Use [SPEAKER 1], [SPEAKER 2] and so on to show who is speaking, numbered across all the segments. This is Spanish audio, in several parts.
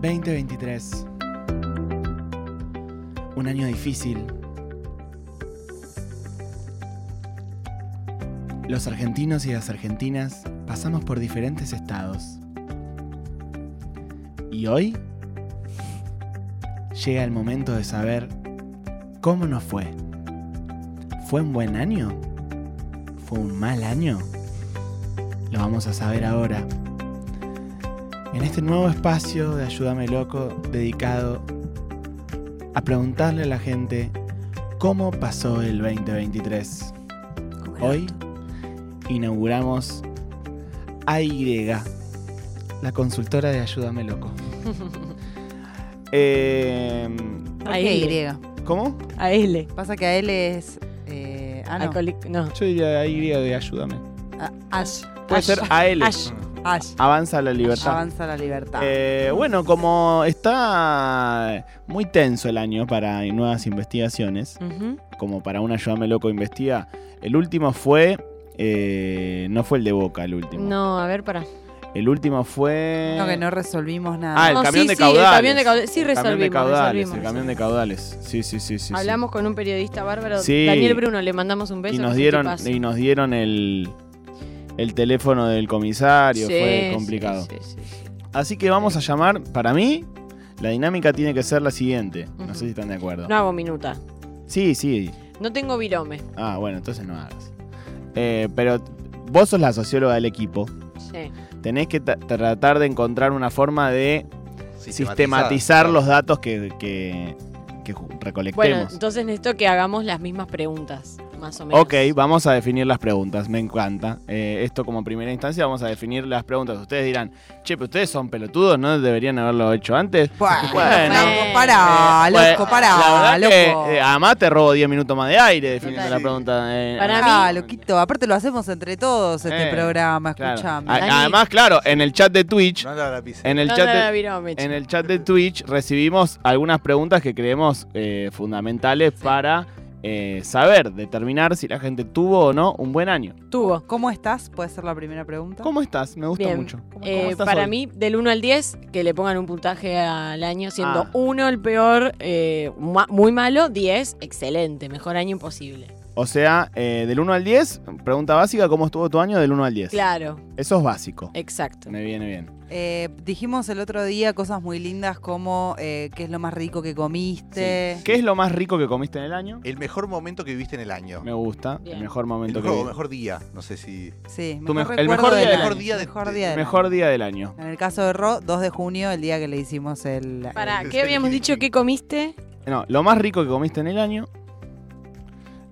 [SPEAKER 1] 2023. Un año difícil. Los argentinos y las argentinas pasamos por diferentes estados. Y hoy llega el momento de saber cómo nos fue. ¿Fue un buen año? ¿Fue un mal año? Lo vamos a saber ahora. En este nuevo espacio de Ayúdame Loco dedicado a preguntarle a la gente cómo pasó el 2023.
[SPEAKER 2] Como el
[SPEAKER 1] Hoy
[SPEAKER 2] orto.
[SPEAKER 1] inauguramos AY, la consultora de Ayúdame Loco. Eh,
[SPEAKER 2] ¿Por qué Y?
[SPEAKER 1] ¿Cómo?
[SPEAKER 3] A L.
[SPEAKER 2] Pasa que a él es. eh, ah, no.
[SPEAKER 3] Alcoholic- no.
[SPEAKER 1] Yo diría AY de Ayúdame.
[SPEAKER 2] A- Ash.
[SPEAKER 1] Puede
[SPEAKER 2] Ash.
[SPEAKER 1] ser AL.
[SPEAKER 3] Ash.
[SPEAKER 2] Ash.
[SPEAKER 1] Avanza la libertad.
[SPEAKER 2] Avanza la libertad.
[SPEAKER 1] Eh, bueno, como está muy tenso el año para nuevas investigaciones,
[SPEAKER 3] Ujú.
[SPEAKER 1] como para un Ayúdame Loco investiga, el último fue... eh, no fue el de Boca el último.
[SPEAKER 3] No, a ver, para.
[SPEAKER 1] El último fue...
[SPEAKER 2] No, que no resolvimos
[SPEAKER 1] Ah, el
[SPEAKER 2] nada.
[SPEAKER 3] No,
[SPEAKER 1] camión
[SPEAKER 3] sí,
[SPEAKER 1] de
[SPEAKER 3] sí, el
[SPEAKER 1] caudales.
[SPEAKER 3] camión de caudales. Sí,
[SPEAKER 1] El camión de
[SPEAKER 3] resolvimos,
[SPEAKER 1] caudales,
[SPEAKER 3] resolvimos,
[SPEAKER 1] El camión de caudales. Sí, sí, sí, sí. sí.
[SPEAKER 3] Hablamos con un periodista bárbaro,
[SPEAKER 1] Sí.
[SPEAKER 3] Daniel Bruno, le mandamos un beso.
[SPEAKER 1] y
[SPEAKER 3] que es
[SPEAKER 1] nos
[SPEAKER 3] un
[SPEAKER 1] dieron
[SPEAKER 3] tipazo.
[SPEAKER 1] y nos dieron el el teléfono del comisario,
[SPEAKER 3] Sí,
[SPEAKER 1] fue
[SPEAKER 3] sí,
[SPEAKER 1] complicado.
[SPEAKER 3] sí, sí, sí.
[SPEAKER 1] Así que vamos a llamar, para mí la dinámica tiene que ser la siguiente. No
[SPEAKER 3] Ujú.
[SPEAKER 1] sé si están de acuerdo.
[SPEAKER 3] No hago minuta.
[SPEAKER 1] Sí, sí.
[SPEAKER 3] No tengo virome.
[SPEAKER 1] Ah, bueno, entonces no hagas. Eh, pero vos sos la socióloga del equipo.
[SPEAKER 3] Sí.
[SPEAKER 1] Tenés que tra- tratar de encontrar una forma de sistematizar
[SPEAKER 4] Sistematizar.
[SPEAKER 1] los datos que, que- que ju-
[SPEAKER 3] Bueno,
[SPEAKER 1] recolectemos.
[SPEAKER 3] entonces necesito que hagamos las mismas preguntas, más o menos.
[SPEAKER 1] Ok, vamos a definir las preguntas, me encanta. Eh, esto como primera instancia, vamos a definir las preguntas. Ustedes dirán, che, pero ustedes son pelotudos, ¿no deberían haberlo hecho antes?
[SPEAKER 2] Bueno,
[SPEAKER 1] Bueno.
[SPEAKER 2] loco, pará,
[SPEAKER 1] Eh,
[SPEAKER 2] Ah, loco,
[SPEAKER 1] bueno,
[SPEAKER 2] pará,
[SPEAKER 1] la verdad que,
[SPEAKER 2] loco.
[SPEAKER 1] eh, además te robo 10 minutos más de aire definiendo
[SPEAKER 2] Total.
[SPEAKER 1] la pregunta. eh,
[SPEAKER 3] Para
[SPEAKER 2] Ah,
[SPEAKER 1] mí-
[SPEAKER 2] loquito. Aparte lo hacemos entre todos este
[SPEAKER 1] Eh,
[SPEAKER 2] programa,
[SPEAKER 1] claro.
[SPEAKER 2] escuchame.
[SPEAKER 1] A-
[SPEAKER 3] Dani.
[SPEAKER 1] Además, claro, en el chat de Twitch,
[SPEAKER 4] No la lapicé.
[SPEAKER 1] en el
[SPEAKER 3] No,
[SPEAKER 1] chat
[SPEAKER 3] no,
[SPEAKER 1] de-
[SPEAKER 3] no, virome,
[SPEAKER 1] en el chat de Twitch recibimos algunas preguntas que creemos eh, fundamentales para eh, saber, determinar si la gente tuvo o no un buen año.
[SPEAKER 3] Tuvo.
[SPEAKER 2] ¿Cómo estás? Puede ser la primera pregunta.
[SPEAKER 1] ¿Cómo estás? Me gusta
[SPEAKER 3] Bien.
[SPEAKER 1] mucho.
[SPEAKER 2] ¿Cómo-
[SPEAKER 3] Eh,
[SPEAKER 1] ¿Cómo estás
[SPEAKER 3] para
[SPEAKER 1] hoy?
[SPEAKER 3] mí, del 1 al 10, que le pongan un puntaje al año, siendo
[SPEAKER 1] Ah.
[SPEAKER 3] 1 el peor, eh, ma- muy malo, 10, excelente, mejor año imposible.
[SPEAKER 1] O sea, eh, del 1 al 10, pregunta básica, ¿cómo estuvo tu año del 1 al 10?
[SPEAKER 3] Claro,
[SPEAKER 1] Eso es básico.
[SPEAKER 3] exacto.
[SPEAKER 1] Me viene bien.
[SPEAKER 2] Eh, dijimos el otro día cosas muy lindas como eh, qué es lo más rico que comiste.
[SPEAKER 1] ¿Qué es lo más rico que comiste en el año?
[SPEAKER 4] El mejor momento que viviste en el año.
[SPEAKER 1] Me gusta.
[SPEAKER 3] Bien.
[SPEAKER 1] El mejor
[SPEAKER 4] El
[SPEAKER 1] momento
[SPEAKER 4] mejor,
[SPEAKER 1] que vi.
[SPEAKER 4] mejor día. No sé si.
[SPEAKER 2] Sí,
[SPEAKER 1] Tu
[SPEAKER 2] mejor
[SPEAKER 1] mejo- el
[SPEAKER 2] recuerdo
[SPEAKER 1] mejor día
[SPEAKER 2] del
[SPEAKER 1] del
[SPEAKER 2] año.
[SPEAKER 1] año.
[SPEAKER 4] Mejor día de-
[SPEAKER 2] Mejor día del
[SPEAKER 1] Mejor
[SPEAKER 2] año.
[SPEAKER 1] día del año.
[SPEAKER 2] En el caso de Ro, 2 de junio, el día que le hicimos el...
[SPEAKER 3] Pará,
[SPEAKER 4] Eh,
[SPEAKER 3] ¿qué habíamos dicho que comiste?
[SPEAKER 1] No, lo más rico que comiste en el año.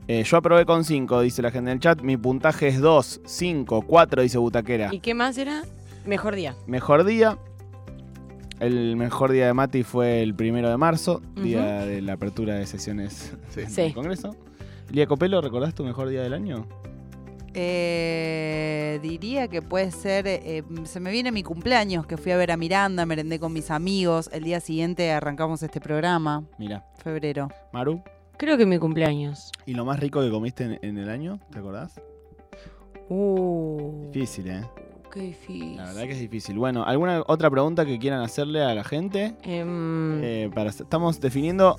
[SPEAKER 1] Eh, yo aprobé con 5, dice la gente en el chat. Mi puntaje es 2, 5, 4, dice Butaquera.
[SPEAKER 3] ¿Y qué más era? Mejor día.
[SPEAKER 1] Mejor día. El mejor día de Mati fue el primero de marzo, día de la apertura de sesiones
[SPEAKER 4] Sí.
[SPEAKER 3] Sí.
[SPEAKER 1] del Congreso. Lía Copelo, ¿recordás tu mejor día del año?
[SPEAKER 2] Eh, diría que puede ser, eh, se me viene mi cumpleaños, que fui a ver a Miranda, merendé con mis amigos, el día siguiente arrancamos este programa,
[SPEAKER 1] Mira,
[SPEAKER 2] febrero.
[SPEAKER 1] Maru.
[SPEAKER 3] Creo que mi cumpleaños.
[SPEAKER 1] ¿Y lo más rico que comiste en, en el año? ¿Te acordás?
[SPEAKER 3] Uh,
[SPEAKER 1] Difícil, ¿eh?
[SPEAKER 3] qué difícil.
[SPEAKER 1] La verdad que es difícil. Bueno, ¿alguna otra pregunta que quieran hacerle a la gente?
[SPEAKER 3] Em,
[SPEAKER 1] Eh, para, estamos definiendo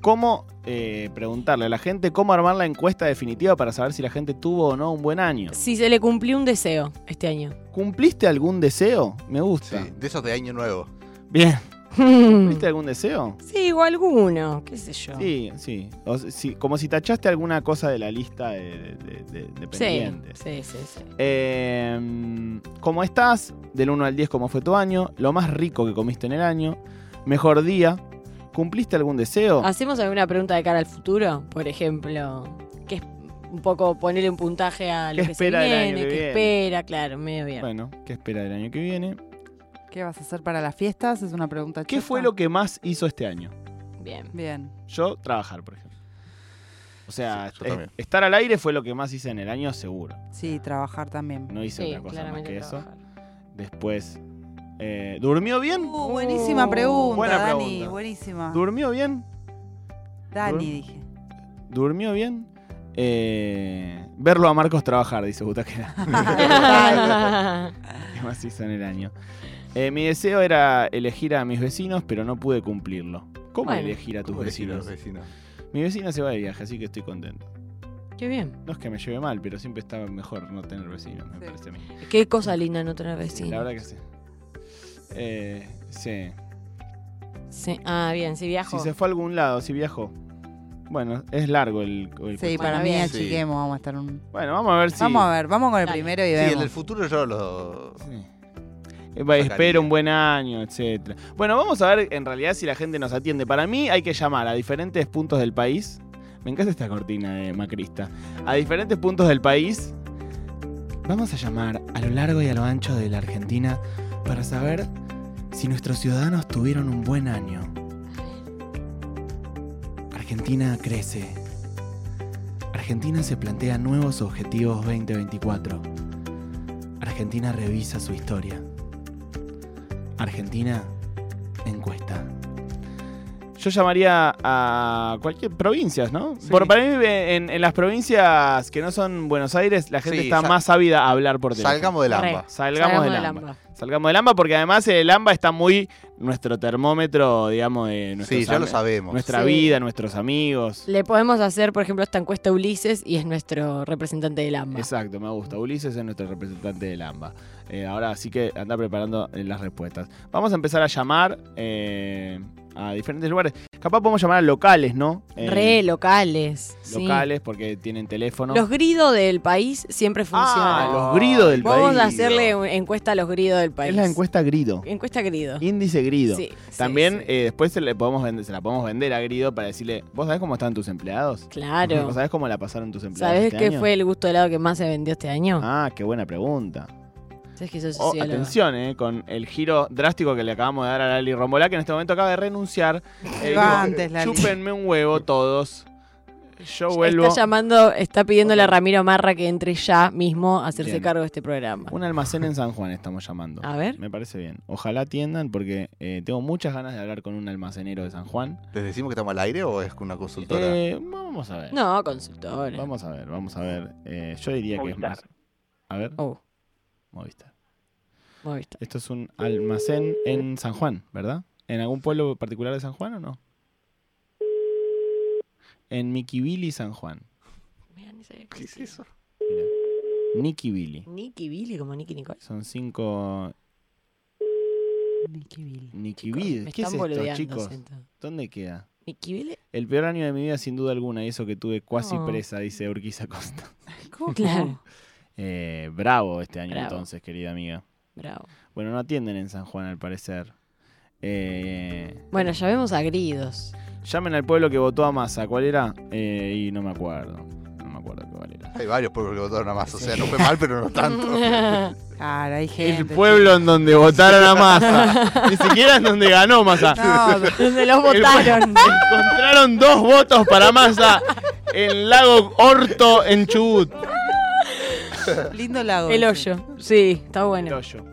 [SPEAKER 1] cómo eh, preguntarle a la gente, cómo armar la encuesta definitiva para saber si la gente tuvo o no un buen año.
[SPEAKER 3] si se le cumplió un deseo este año.
[SPEAKER 1] ¿Cumpliste algún deseo? Me
[SPEAKER 4] Sí,
[SPEAKER 1] gusta.
[SPEAKER 4] De esos de año nuevo.
[SPEAKER 1] Bien. ¿Cumpliste algún deseo?
[SPEAKER 3] sí, o alguno, qué sé yo.
[SPEAKER 1] Sí, sí. O si- si- como si tachaste alguna cosa de la lista de, de- de- de
[SPEAKER 3] sí,
[SPEAKER 1] pendientes.
[SPEAKER 3] sí, sí, sí.
[SPEAKER 1] Eh, ¿Cómo estás? Del 1 al 10, ¿cómo fue tu año? Lo más rico que comiste en el año. Mejor día. ¿Cumpliste algún deseo?
[SPEAKER 3] ¿Hacemos alguna pregunta de cara al futuro? Por ejemplo, que es un poco ponerle un puntaje a lo
[SPEAKER 1] ¿Qué
[SPEAKER 3] que se
[SPEAKER 1] espera del año
[SPEAKER 3] viene,
[SPEAKER 1] que
[SPEAKER 3] que
[SPEAKER 1] viene?
[SPEAKER 3] espera, claro, medio bien.
[SPEAKER 1] Bueno, ¿qué espera del año que viene?
[SPEAKER 2] ¿Qué vas a hacer para las fiestas? Es una pregunta
[SPEAKER 1] ¿Qué fue lo que más hizo este año?
[SPEAKER 3] Bien.
[SPEAKER 2] Bien.
[SPEAKER 1] Yo, trabajar, por ejemplo. O sea,
[SPEAKER 4] Sí, yo
[SPEAKER 1] eh,
[SPEAKER 4] también.
[SPEAKER 1] estar al aire fue lo que más hice en el año, seguro.
[SPEAKER 2] Sí, trabajar también.
[SPEAKER 1] No hice
[SPEAKER 3] Sí,
[SPEAKER 1] otra cosa más
[SPEAKER 3] claramente
[SPEAKER 1] que eso.
[SPEAKER 3] trabajar.
[SPEAKER 1] Después, eh, ¿durmió bien?
[SPEAKER 2] Uh, buenísima
[SPEAKER 3] Uh,
[SPEAKER 2] pregunta,
[SPEAKER 1] buena
[SPEAKER 2] Dani,
[SPEAKER 1] pregunta.
[SPEAKER 2] buenísima.
[SPEAKER 1] ¿Durmió bien?
[SPEAKER 2] Dani,
[SPEAKER 1] dur-
[SPEAKER 2] dije.
[SPEAKER 1] ¿Durmió bien? Eh, verlo a Marcos trabajar, dice Butaquera. ¿Qué más hizo en el año? Eh, mi deseo era elegir a mis vecinos, pero no pude cumplirlo. ¿Cómo
[SPEAKER 3] Bueno,
[SPEAKER 1] elegir a tus
[SPEAKER 4] ¿Cómo elegir
[SPEAKER 1] vecinos?
[SPEAKER 4] a los vecinos?
[SPEAKER 1] Mi vecina se va de viaje, así que estoy contento.
[SPEAKER 3] Qué bien.
[SPEAKER 1] No es que me lleve mal, pero siempre está mejor no tener vecinos, me
[SPEAKER 2] Sí.
[SPEAKER 1] parece a mí.
[SPEAKER 3] Qué cosa linda no tener vecinos.
[SPEAKER 1] La verdad que sí. Eh, sí.
[SPEAKER 3] Sí. Ah, bien, sí viajo.
[SPEAKER 1] Si se fue a algún lado, si viajó. Bueno, es largo el, el
[SPEAKER 2] Sí,
[SPEAKER 1] cuento.
[SPEAKER 2] para mí
[SPEAKER 3] bien.
[SPEAKER 2] achiquemos, vamos a estar un...
[SPEAKER 1] Bueno, vamos a ver si.
[SPEAKER 2] Vamos a ver, vamos con el
[SPEAKER 3] Dale.
[SPEAKER 2] primero y
[SPEAKER 4] Sí, el
[SPEAKER 2] vemos.
[SPEAKER 4] del futuro yo lo.
[SPEAKER 1] Sí. Eh, va, Espero un buen año, etcétera. Bueno, vamos a ver en realidad si la gente nos atiende. Para mí hay que llamar a diferentes puntos del país. Me encanta esta cortina de Macrista. A diferentes puntos del país. Vamos a llamar a lo largo y a lo ancho de la Argentina para saber si nuestros ciudadanos tuvieron un buen año. Argentina crece. Argentina se plantea nuevos objetivos 2024. Argentina revisa su historia. Argentina encuesta. Yo llamaría a cualquier provincias, ¿no?
[SPEAKER 4] Sí.
[SPEAKER 1] Por, para mí, en, en las provincias que no son Buenos Aires, la gente
[SPEAKER 4] Sí,
[SPEAKER 1] está
[SPEAKER 4] sa-
[SPEAKER 1] más ávida a hablar por teléfono.
[SPEAKER 4] Salgamos del
[SPEAKER 3] Re.
[SPEAKER 4] AMBA.
[SPEAKER 1] Salgamos,
[SPEAKER 3] Salgamos
[SPEAKER 1] del,
[SPEAKER 3] del
[SPEAKER 1] AMBA.
[SPEAKER 3] AMBA.
[SPEAKER 1] Salgamos del AMBA porque además el AMBA está muy nuestro termómetro, digamos, de nuestros
[SPEAKER 4] Sí, ya lo
[SPEAKER 1] am-
[SPEAKER 4] sabemos.
[SPEAKER 1] Nuestra
[SPEAKER 3] Sí.
[SPEAKER 1] vida, nuestros amigos.
[SPEAKER 3] Le podemos hacer, por ejemplo, esta encuesta a Ulises y es nuestro representante del AMBA.
[SPEAKER 1] Exacto, me gusta. Ulises es nuestro representante del AMBA. Eh, ahora sí que anda preparando eh, las respuestas. Vamos a empezar a llamar eh, a diferentes lugares. Capaz podemos llamar a locales, ¿no? Eh,
[SPEAKER 3] Re locales. sí.
[SPEAKER 1] locales porque tienen teléfono.
[SPEAKER 3] Los gridos del país siempre
[SPEAKER 1] ah,
[SPEAKER 3] funcionan.
[SPEAKER 1] los gridos del
[SPEAKER 3] Vamos
[SPEAKER 1] país.
[SPEAKER 3] a hacerle una encuesta a los gridos del país.
[SPEAKER 1] Es la encuesta grido.
[SPEAKER 3] Encuesta grido.
[SPEAKER 1] Índice grido.
[SPEAKER 3] Sí,
[SPEAKER 1] También
[SPEAKER 3] sí, sí.
[SPEAKER 1] eh, después se, le podemos vender- se la podemos vender a Grido para decirle, ¿vos sabés cómo están tus empleados?
[SPEAKER 3] Claro.
[SPEAKER 1] ¿Vos sabés cómo la pasaron tus empleados?
[SPEAKER 3] ¿Sabés
[SPEAKER 1] este
[SPEAKER 3] qué
[SPEAKER 1] año?
[SPEAKER 3] fue el gusto de helado que más se vendió este año?
[SPEAKER 1] Ah, qué buena pregunta.
[SPEAKER 3] ¿Sabés que yo soy
[SPEAKER 1] Oh,
[SPEAKER 3] socióloga?
[SPEAKER 1] atención, eh, con el giro drástico que le acabamos de dar a Lali Rombolá, que en este momento acaba de renunciar. Eh, dijo,
[SPEAKER 2] Va antes, Lali.
[SPEAKER 1] Chúpenme un huevo todos. Yo vuelvo.
[SPEAKER 3] Está llamando, está pidiéndole
[SPEAKER 1] Ok.
[SPEAKER 3] a Ramiro Marra que entre ya mismo a hacerse
[SPEAKER 1] Bien.
[SPEAKER 3] cargo de este programa.
[SPEAKER 1] Un almacén en San Juan estamos llamando.
[SPEAKER 3] A ver.
[SPEAKER 1] Me parece bien. Ojalá atiendan porque eh, tengo muchas ganas de hablar con un almacenero de San Juan.
[SPEAKER 4] ¿Les decimos que estamos al aire o es una consultora?
[SPEAKER 1] Eh, vamos a ver.
[SPEAKER 3] No, consultora.
[SPEAKER 1] Vamos a ver, vamos a ver. Eh, yo diría que es más. A ver,
[SPEAKER 3] Oh,
[SPEAKER 1] Movistar.
[SPEAKER 3] Movistar.
[SPEAKER 1] Esto es un almacén en San Juan, ¿verdad? ¿En algún pueblo particular de San Juan o no? En Nikibili, San Juan.
[SPEAKER 4] ¿Qué es eso?
[SPEAKER 1] Mirá. Nikibili.
[SPEAKER 3] Nicky Billy como Nicky Nicole.
[SPEAKER 1] Son cinco Nikibili.
[SPEAKER 3] Me
[SPEAKER 1] ¿Qué es
[SPEAKER 3] están
[SPEAKER 1] esto,
[SPEAKER 3] boludeando,
[SPEAKER 1] chicos?
[SPEAKER 3] siento.
[SPEAKER 1] ¿Dóny queda?
[SPEAKER 3] Nicky Billy.
[SPEAKER 1] El peor año de mi vida, sin duda alguna, y eso que tuve cuasi
[SPEAKER 3] Oh.
[SPEAKER 1] presa, dice Urquiza Costa.
[SPEAKER 2] ¿Cómo?
[SPEAKER 3] uh, Claro.
[SPEAKER 1] Eh, bravo este año
[SPEAKER 3] Bravo.
[SPEAKER 1] entonces, querida amiga.
[SPEAKER 3] Bravo.
[SPEAKER 1] Bueno, no atienden en San Juan al parecer. Eh,
[SPEAKER 3] Bueno, ya vemos a gridos.
[SPEAKER 1] llamen al pueblo que votó a Massa. ¿Cuál era? Eh, y no me acuerdo. No me acuerdo cuál era.
[SPEAKER 4] Hay varios pueblos que votaron a más. O sea, no fue mal, pero no tanto.
[SPEAKER 2] Claro, hay gente.
[SPEAKER 1] El pueblo en donde votaron a Massa. Ni siquiera en donde ganó Massa.
[SPEAKER 2] No,
[SPEAKER 3] Donde los votaron.
[SPEAKER 1] Encontraron dos votos para Massa en Lago Orto, en Chubut.
[SPEAKER 2] lindo lago.
[SPEAKER 3] El
[SPEAKER 2] ese.
[SPEAKER 3] hoyo. Sí, está
[SPEAKER 1] El
[SPEAKER 3] bueno.
[SPEAKER 1] hoyo.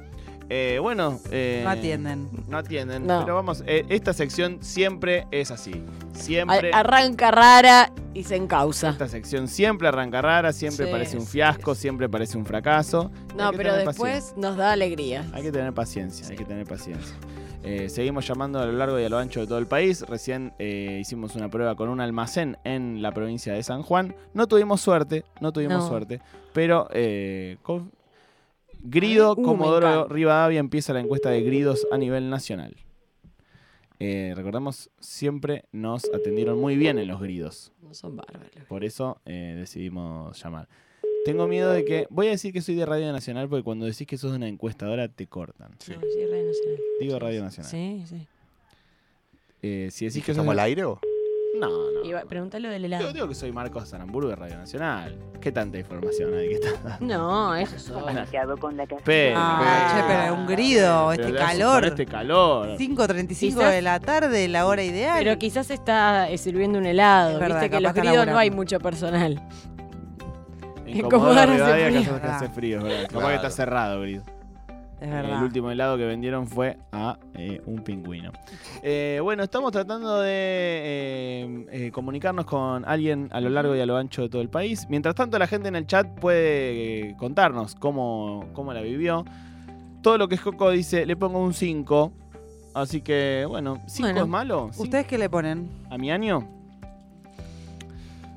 [SPEAKER 1] Eh, bueno, eh,
[SPEAKER 2] No atienden.
[SPEAKER 1] No atienden,
[SPEAKER 3] No.
[SPEAKER 1] pero vamos, eh, esta sección siempre es así.
[SPEAKER 3] A-
[SPEAKER 1] Siempre.
[SPEAKER 3] Arranca rara y se encausa.
[SPEAKER 1] Esta sección siempre arranca rara, siempre
[SPEAKER 3] Sí,
[SPEAKER 1] parece un
[SPEAKER 3] sí,
[SPEAKER 1] fiasco,
[SPEAKER 3] sí.
[SPEAKER 1] siempre parece un fracaso. Hay
[SPEAKER 3] No,
[SPEAKER 1] que
[SPEAKER 3] pero
[SPEAKER 1] tener
[SPEAKER 3] después
[SPEAKER 1] paciencia.
[SPEAKER 3] nos da alegría.
[SPEAKER 1] Hay que tener paciencia, hay que tener paciencia. Eh, seguimos llamando a lo largo y a lo ancho de todo el país. Recién eh, hicimos una prueba con un almacén en la provincia de San Juan. No tuvimos suerte, no tuvimos
[SPEAKER 3] No.
[SPEAKER 1] suerte, pero eh, con- Grido,
[SPEAKER 3] Ay, uh, me
[SPEAKER 1] Comodoro
[SPEAKER 3] encanta.
[SPEAKER 1] Rivadavia empieza la encuesta de gridos a nivel nacional. Eh, recordemos, siempre nos atendieron muy bien en los gridos.
[SPEAKER 3] No son bárbaros.
[SPEAKER 1] Por eso eh, decidimos llamar. Tengo miedo de que. Voy a decir que soy de Radio Nacional porque cuando decís que sos de una encuestadora te cortan.
[SPEAKER 4] Sí.
[SPEAKER 3] No, sí, Radio Nacional.
[SPEAKER 1] Digo Radio Nacional.
[SPEAKER 3] Sí, sí.
[SPEAKER 1] Eh, si decís
[SPEAKER 4] ¿Decís
[SPEAKER 1] que
[SPEAKER 4] que
[SPEAKER 1] sos.
[SPEAKER 4] estamos al
[SPEAKER 1] de-
[SPEAKER 4] aire o?
[SPEAKER 1] No, no.
[SPEAKER 3] Iba- Preguntalo del
[SPEAKER 1] Yo
[SPEAKER 3] helado.
[SPEAKER 1] digo que soy Marcos Zaramburgo de Radio Nacional. ¿Qué tanta información hay que está
[SPEAKER 3] Ah,
[SPEAKER 1] dando?
[SPEAKER 3] No, eso son.
[SPEAKER 1] Pero,
[SPEAKER 2] Ah, che,
[SPEAKER 1] pero-
[SPEAKER 2] pero un grido,
[SPEAKER 1] pero
[SPEAKER 2] este
[SPEAKER 1] le hace-
[SPEAKER 2] calor.
[SPEAKER 1] con Este calor.
[SPEAKER 2] 5.35
[SPEAKER 3] Quizás-
[SPEAKER 2] de la tarde, la hora ideal.
[SPEAKER 3] Pero quizás está eh, sirviendo un helado.
[SPEAKER 2] Es verdad,
[SPEAKER 3] Viste que
[SPEAKER 2] capaz
[SPEAKER 3] los
[SPEAKER 2] está
[SPEAKER 3] gridos no
[SPEAKER 2] laburando.
[SPEAKER 3] hay mucho personal.
[SPEAKER 1] En
[SPEAKER 3] en
[SPEAKER 1] Comodoro
[SPEAKER 3] Comodoro hace
[SPEAKER 1] Rivadavia que
[SPEAKER 2] frío.
[SPEAKER 1] hace- que hace frío, es ¿verdad? Capaz que
[SPEAKER 4] Claro.
[SPEAKER 1] está cerrado, Grido.
[SPEAKER 2] es
[SPEAKER 1] Eh,
[SPEAKER 2] verdad.
[SPEAKER 1] El último helado que vendieron fue a eh, un pingüino. Eh, bueno, estamos tratando de eh, eh, comunicarnos con alguien a lo largo y a lo ancho de todo el país. Mientras tanto, la gente en el chat puede eh, contarnos cómo, cómo la vivió. Todo lo que es Coco dice, le pongo un 5. Así que, bueno, ¿5
[SPEAKER 3] Bueno.
[SPEAKER 1] es malo? ¿Cinco?
[SPEAKER 2] ¿Ustedes qué le ponen?
[SPEAKER 1] ¿A mi año?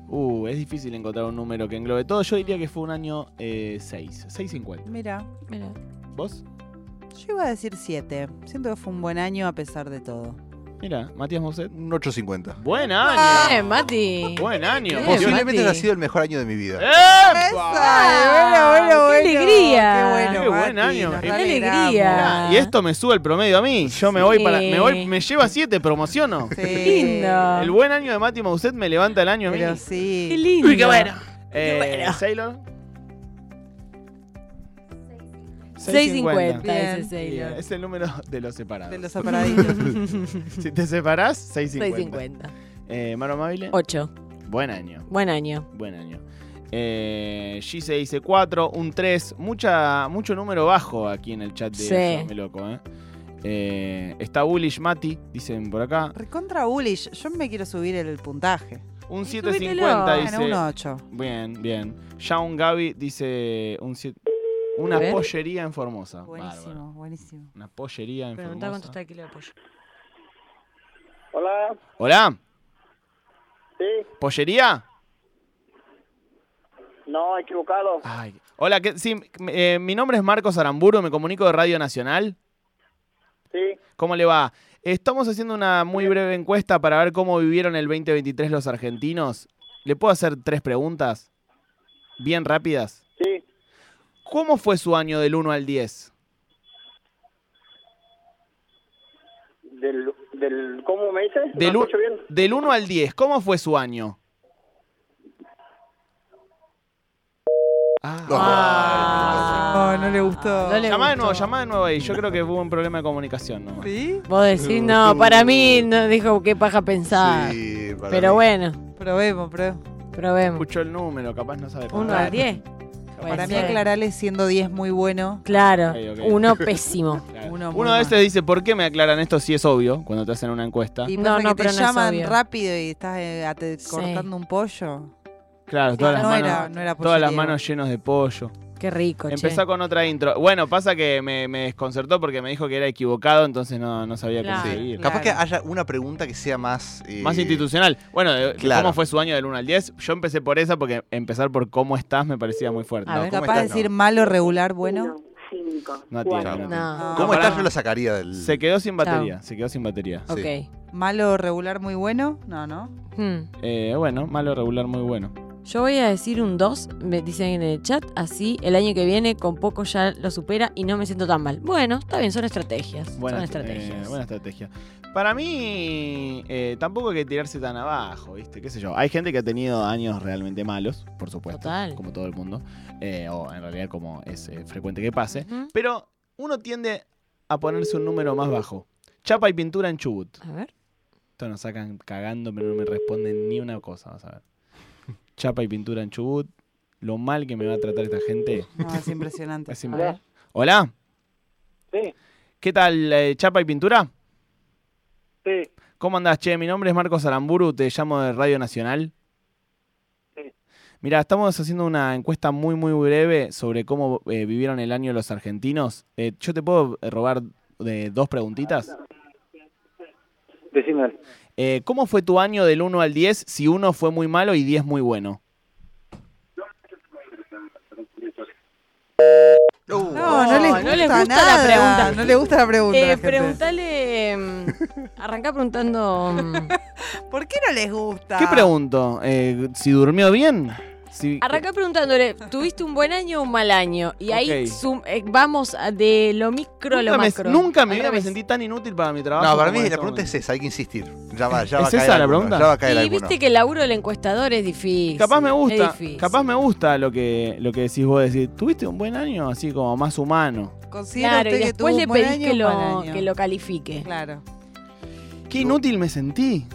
[SPEAKER 1] Uh, es difícil encontrar un número que englobe todo. Yo diría que fue un año eh, 6. 6.50.
[SPEAKER 2] Mira,
[SPEAKER 3] Mira.
[SPEAKER 1] ¿Vos?
[SPEAKER 2] yo iba a decir 7. Siento que fue un buen año a pesar de todo.
[SPEAKER 1] Mira, Matías Moset.
[SPEAKER 4] Un 8.50.
[SPEAKER 1] ¡Buen año!
[SPEAKER 3] Bien, Mati.
[SPEAKER 1] ¡Buen año! Eh,
[SPEAKER 3] Bien,
[SPEAKER 1] Posiblemente-
[SPEAKER 4] Posiblemente
[SPEAKER 3] Eh, Mati. Eh,
[SPEAKER 4] ha sido el mejor año de mi vida.
[SPEAKER 2] ¡Esa! Bueno,
[SPEAKER 3] ¡Ah!
[SPEAKER 2] bueno,
[SPEAKER 3] ¡Qué
[SPEAKER 2] bueno.
[SPEAKER 3] alegría!
[SPEAKER 2] ¡Qué bueno!
[SPEAKER 1] ¡Qué buen
[SPEAKER 2] Mati,
[SPEAKER 1] año!
[SPEAKER 2] nos
[SPEAKER 1] ¡Qué
[SPEAKER 2] alegramos.
[SPEAKER 3] alegría!
[SPEAKER 1] Mirá, y esto me sube el promedio a mí. Yo me voy
[SPEAKER 3] Sí.
[SPEAKER 1] para. Me, voy, me lleva 7, promociono.
[SPEAKER 2] Sí.
[SPEAKER 3] Lindo.
[SPEAKER 1] El buen año de Mati Moset me levanta el año a mí.
[SPEAKER 2] Pero
[SPEAKER 3] Qué
[SPEAKER 2] sí.
[SPEAKER 3] lindo.
[SPEAKER 1] Uy, qué bueno. Eh,
[SPEAKER 3] bueno.
[SPEAKER 1] Sailor.
[SPEAKER 3] 6.50
[SPEAKER 2] Bien.
[SPEAKER 3] ese Sailor.
[SPEAKER 1] Es el número de los separados.
[SPEAKER 2] De los separaditos.
[SPEAKER 1] Si te separás, 650.
[SPEAKER 3] 6.50.
[SPEAKER 1] Eh, Maro Amabile,
[SPEAKER 3] 8.
[SPEAKER 1] buen año,
[SPEAKER 3] Buen año.
[SPEAKER 1] buen año. Eh, Gise dice 4, un 3, mucha, mucho número bajo aquí en el chat de
[SPEAKER 3] Sí.
[SPEAKER 1] Yo Me Loco. eh. Eh, está Bullish Mati, dicen por acá.
[SPEAKER 2] Recontra bullish. Yo me quiero subir el puntaje.
[SPEAKER 1] Un
[SPEAKER 3] súbetelo.
[SPEAKER 1] 750
[SPEAKER 2] Bueno,
[SPEAKER 1] dice.
[SPEAKER 2] un 8.
[SPEAKER 1] Bien, bien. Shaun Gaby dice un siete-
[SPEAKER 3] A
[SPEAKER 1] una
[SPEAKER 3] ver.
[SPEAKER 1] pollería en Formosa.
[SPEAKER 2] Buenísimo,
[SPEAKER 1] Bárbaro.
[SPEAKER 2] buenísimo.
[SPEAKER 1] Una pollería en
[SPEAKER 3] Preguntá cuánto está
[SPEAKER 1] Formosa.
[SPEAKER 3] el kilo de pollo.
[SPEAKER 5] Hola,
[SPEAKER 1] Hola,
[SPEAKER 5] sí,
[SPEAKER 1] ¿pollería?
[SPEAKER 5] no, equivocado.
[SPEAKER 1] Ay. Hola, ¿qué- sí, me- eh, mi nombre es Marcos Aramburu, me comunico de Radio Nacional.
[SPEAKER 5] Sí,
[SPEAKER 1] ¿Cómo le va? Estamos haciendo una muy breve encuesta para ver cómo vivieron el 2023 los argentinos. ¿Le puedo hacer tres preguntas? Bien rápidas.
[SPEAKER 5] sí,
[SPEAKER 1] ¿Cómo fue su año del 1 al 10?
[SPEAKER 5] del, del, ¿cómo me dices?
[SPEAKER 1] Del,
[SPEAKER 5] no
[SPEAKER 1] u-
[SPEAKER 5] escucho bien.
[SPEAKER 1] del 1 al 10, ¿cómo fue su año? Ah.
[SPEAKER 2] No, no le gustó.
[SPEAKER 3] No le-
[SPEAKER 1] Llamá de
[SPEAKER 3] gustó.
[SPEAKER 1] nuevo, llamá de nuevo ahí. Yo creo que hubo un problema de comunicación. nomás.
[SPEAKER 2] ¿Sí?
[SPEAKER 3] Vos decís, no, para mí no dijo qué paja pensar.
[SPEAKER 4] Sí, para
[SPEAKER 3] Pero
[SPEAKER 4] mí.
[SPEAKER 3] bueno,
[SPEAKER 2] Probemos, probemos.
[SPEAKER 3] probemos.
[SPEAKER 1] Escuchó el número, capaz no sabe.
[SPEAKER 3] Uno
[SPEAKER 1] contar.
[SPEAKER 3] a 10. Puede
[SPEAKER 2] Para mí
[SPEAKER 3] ser.
[SPEAKER 2] aclararle siendo 10 muy bueno.
[SPEAKER 3] Claro,
[SPEAKER 1] Ok, ok.
[SPEAKER 3] uno pésimo.
[SPEAKER 1] Claro.
[SPEAKER 2] Uno
[SPEAKER 1] Uno,
[SPEAKER 2] muy
[SPEAKER 1] a
[SPEAKER 2] mal.
[SPEAKER 1] veces dice, ¿por qué me aclaran esto si es obvio cuando te hacen una encuesta?
[SPEAKER 2] Y
[SPEAKER 3] Ah. No,
[SPEAKER 2] pasa
[SPEAKER 3] no,
[SPEAKER 2] que
[SPEAKER 3] pero
[SPEAKER 2] te
[SPEAKER 3] no es
[SPEAKER 2] llaman
[SPEAKER 3] obvio.
[SPEAKER 2] rápido y estás eh, ate-
[SPEAKER 3] Sí.
[SPEAKER 2] cortando un pollo.
[SPEAKER 1] claro, todas, las
[SPEAKER 2] no,
[SPEAKER 1] manos,
[SPEAKER 2] era, no era
[SPEAKER 1] todas las
[SPEAKER 2] positivo.
[SPEAKER 1] manos llenas de pollo.
[SPEAKER 3] Qué rico,
[SPEAKER 1] Empezá
[SPEAKER 3] che.
[SPEAKER 1] con otra intro. Bueno, pasa que me, me desconcertó porque me dijo que era equivocado, entonces no, no sabía
[SPEAKER 3] Claro.
[SPEAKER 1] cómo seguir.
[SPEAKER 2] Claro.
[SPEAKER 4] Capaz que haya una pregunta que sea más. eh,
[SPEAKER 1] Más institucional. Bueno, de-
[SPEAKER 4] Claro.
[SPEAKER 1] ¿cómo fue su año del 1 al 10? Yo empecé por esa porque empezar por cómo estás me parecía muy fuerte.
[SPEAKER 3] A
[SPEAKER 4] Ah.
[SPEAKER 1] No,
[SPEAKER 3] ver.
[SPEAKER 1] ¿cómo
[SPEAKER 2] Capaz de
[SPEAKER 1] estás?
[SPEAKER 2] decir malo, regular, bueno.
[SPEAKER 1] No, no tiene,
[SPEAKER 4] Claro.
[SPEAKER 1] no tiene.
[SPEAKER 3] No.
[SPEAKER 6] Ah,
[SPEAKER 4] ¿Cómo
[SPEAKER 1] pará.
[SPEAKER 4] estás? Yo la sacaría del.
[SPEAKER 1] Se quedó sin batería, se quedó sin batería.
[SPEAKER 4] Sí.
[SPEAKER 3] Ok.
[SPEAKER 2] Malo, regular, muy bueno. No, no.
[SPEAKER 3] Hmm.
[SPEAKER 1] Eh, bueno, malo, regular, muy bueno.
[SPEAKER 3] Yo voy a decir un 2, me dicen en el chat, así el año que viene con poco ya lo supera y no me siento tan mal. Bueno, está bien, son estrategias.
[SPEAKER 1] Buena,
[SPEAKER 3] son
[SPEAKER 1] est-
[SPEAKER 3] estrategias.
[SPEAKER 1] eh, buena estrategia. Para mí, eh, tampoco hay que tirarse tan abajo, ¿viste? ¿Qué sé yo? Hay gente que ha tenido años realmente malos, por supuesto.
[SPEAKER 3] Total.
[SPEAKER 1] Como todo el mundo. eh, o en realidad, como es eh, frecuente que pase.
[SPEAKER 3] Ujú.
[SPEAKER 1] Pero uno tiende a ponerse un número más bajo. Chapa y pintura en Chubut.
[SPEAKER 3] A ver.
[SPEAKER 1] Esto nos sacan cagando, pero no me responden ni una cosa, vas a ver. Chapa y pintura en Chubut. Lo mal que me va a tratar esta gente.
[SPEAKER 2] No, es impresionante.
[SPEAKER 1] Es imp- Hola,
[SPEAKER 5] Sí,
[SPEAKER 1] ¿qué tal, eh, Chapa y pintura?
[SPEAKER 5] sí,
[SPEAKER 1] ¿Cómo andás, che? Mi nombre es Marcos Aramburu, te llamo de Radio Nacional.
[SPEAKER 5] Sí.
[SPEAKER 1] Mira, estamos haciendo una encuesta muy, muy breve sobre cómo eh, vivieron el año los argentinos. Eh, ¿Yo te puedo eh, robar de dos preguntitas?
[SPEAKER 5] decime.
[SPEAKER 1] Eh, ¿Cómo fue tu año del 1 al 10 si uno fue muy malo y 10 muy bueno?
[SPEAKER 4] Uh,
[SPEAKER 2] No, no, les gusta,
[SPEAKER 3] no les gusta la
[SPEAKER 2] nada.
[SPEAKER 3] pregunta.
[SPEAKER 2] No les gusta la pregunta. a la
[SPEAKER 3] Eh,
[SPEAKER 2] gente.
[SPEAKER 3] preguntale. em, arrancá preguntando. em,
[SPEAKER 2] ¿Por qué no les gusta?
[SPEAKER 1] ¿Qué pregunto? Eh, ¿Si durmió bien? Si,
[SPEAKER 3] Arrancá preguntándole, ¿tuviste un buen año o un mal año? Y ahí
[SPEAKER 1] Ok.
[SPEAKER 3] sum- eh, vamos a- de lo micro a lo
[SPEAKER 1] nunca me,
[SPEAKER 3] macro.
[SPEAKER 1] nunca en mi
[SPEAKER 3] Al
[SPEAKER 1] vida me
[SPEAKER 3] revés.
[SPEAKER 1] sentí tan inútil para mi trabajo.
[SPEAKER 4] No, para mí
[SPEAKER 1] como en
[SPEAKER 4] la
[SPEAKER 1] este
[SPEAKER 4] pregunta
[SPEAKER 1] momento.
[SPEAKER 4] es esa, hay que insistir. Ya va, ya va
[SPEAKER 1] ¿Es
[SPEAKER 4] a caer
[SPEAKER 1] esa la
[SPEAKER 4] alguno,
[SPEAKER 1] pregunta?
[SPEAKER 4] Ya va a caer
[SPEAKER 3] Y
[SPEAKER 4] alguno.
[SPEAKER 3] viste que el laburo del encuestador es difícil.
[SPEAKER 1] Capaz me
[SPEAKER 3] Es
[SPEAKER 1] gusta,
[SPEAKER 3] difícil.
[SPEAKER 1] capaz me gusta lo que, lo que decís vos, decir, tuviste un buen año así como más humano.
[SPEAKER 2] Considera
[SPEAKER 3] Claro, y
[SPEAKER 2] usted que tuvo
[SPEAKER 3] después
[SPEAKER 2] un
[SPEAKER 3] le
[SPEAKER 2] buen
[SPEAKER 3] pedís
[SPEAKER 2] año
[SPEAKER 3] que
[SPEAKER 2] o mal
[SPEAKER 3] lo,
[SPEAKER 2] año.
[SPEAKER 3] que lo califique.
[SPEAKER 2] Claro.
[SPEAKER 1] Qué inútil me sentí.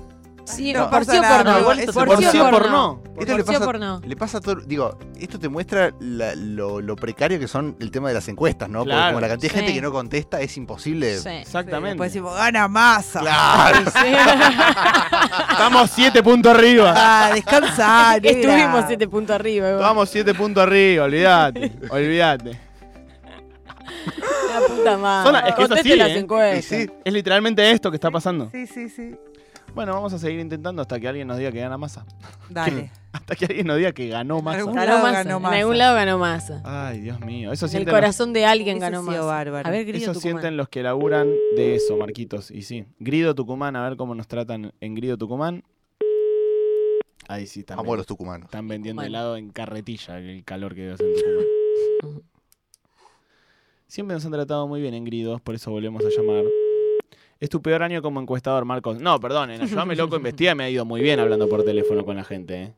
[SPEAKER 3] Sí,
[SPEAKER 2] No,
[SPEAKER 3] por sí o
[SPEAKER 2] pasa
[SPEAKER 3] por
[SPEAKER 2] nada,
[SPEAKER 3] no.
[SPEAKER 2] igual esto
[SPEAKER 3] Por
[SPEAKER 2] se-
[SPEAKER 1] Por sí o por no.
[SPEAKER 4] Esto le
[SPEAKER 3] por sí o
[SPEAKER 4] pasa,
[SPEAKER 3] por no.
[SPEAKER 4] le pasa a todo. Digo, esto te muestra la- lo, lo precario que son el tema de las encuestas, ¿no? Porque
[SPEAKER 1] Claro.
[SPEAKER 4] como la cantidad de
[SPEAKER 3] Sí.
[SPEAKER 4] gente que no contesta es imposible.
[SPEAKER 3] Sí.
[SPEAKER 1] Exactamente.
[SPEAKER 2] Después decimos, gana masa.
[SPEAKER 4] Claro.
[SPEAKER 1] Estamos
[SPEAKER 3] "Ah".
[SPEAKER 1] siete puntos arriba.
[SPEAKER 2] Ah, descansa, negra.
[SPEAKER 3] Estuvimos siete puntos arriba. Eva.
[SPEAKER 1] Estamos siete puntos arriba, olvídate. Olvídate.
[SPEAKER 3] La puta madre.
[SPEAKER 1] Son la- es que es
[SPEAKER 3] Conteste
[SPEAKER 1] así,
[SPEAKER 3] Ah,
[SPEAKER 1] ¿eh?
[SPEAKER 3] las
[SPEAKER 4] Y
[SPEAKER 3] encuestas.
[SPEAKER 4] sí,
[SPEAKER 1] Es literalmente esto que está pasando.
[SPEAKER 2] Sí, sí, sí.
[SPEAKER 1] Bueno, vamos a seguir intentando hasta que alguien nos diga que gana masa.
[SPEAKER 2] Dale.
[SPEAKER 1] Hasta que alguien nos diga que ganó masa.
[SPEAKER 2] Algún-
[SPEAKER 3] Ganó
[SPEAKER 2] lado
[SPEAKER 3] Massa,
[SPEAKER 2] ganó
[SPEAKER 3] En
[SPEAKER 2] Massa.
[SPEAKER 3] algún lado ganó masa.
[SPEAKER 1] Ay, Dios mío. Eso
[SPEAKER 3] En el
[SPEAKER 1] sienten,
[SPEAKER 3] corazón de alguien
[SPEAKER 2] Hubiese
[SPEAKER 3] ganó
[SPEAKER 2] sido
[SPEAKER 3] masa.
[SPEAKER 2] bárbaro.
[SPEAKER 3] A ver,
[SPEAKER 1] los,
[SPEAKER 3] Grillo
[SPEAKER 1] eso
[SPEAKER 3] Tucumán.
[SPEAKER 1] sienten los que laburan de eso, Marquitos. Y sí. Grido Tucumán, a ver cómo nos tratan en Grido Tucumán. Ahí sí, están,
[SPEAKER 4] amo a
[SPEAKER 1] ven-
[SPEAKER 4] los tucumanos.
[SPEAKER 1] están vendiendo
[SPEAKER 3] Tucumán.
[SPEAKER 1] helado en carretilla, el calor que debe hacer en Tucumán.
[SPEAKER 3] Ujú.
[SPEAKER 1] Siempre nos han tratado muy bien en Gridos, por eso volvemos a llamar. Es tu peor año como encuestador, Marcos. No, perdonen, ayúdame loco, investiga, me ha ido muy bien hablando por teléfono con la gente. ¿eh?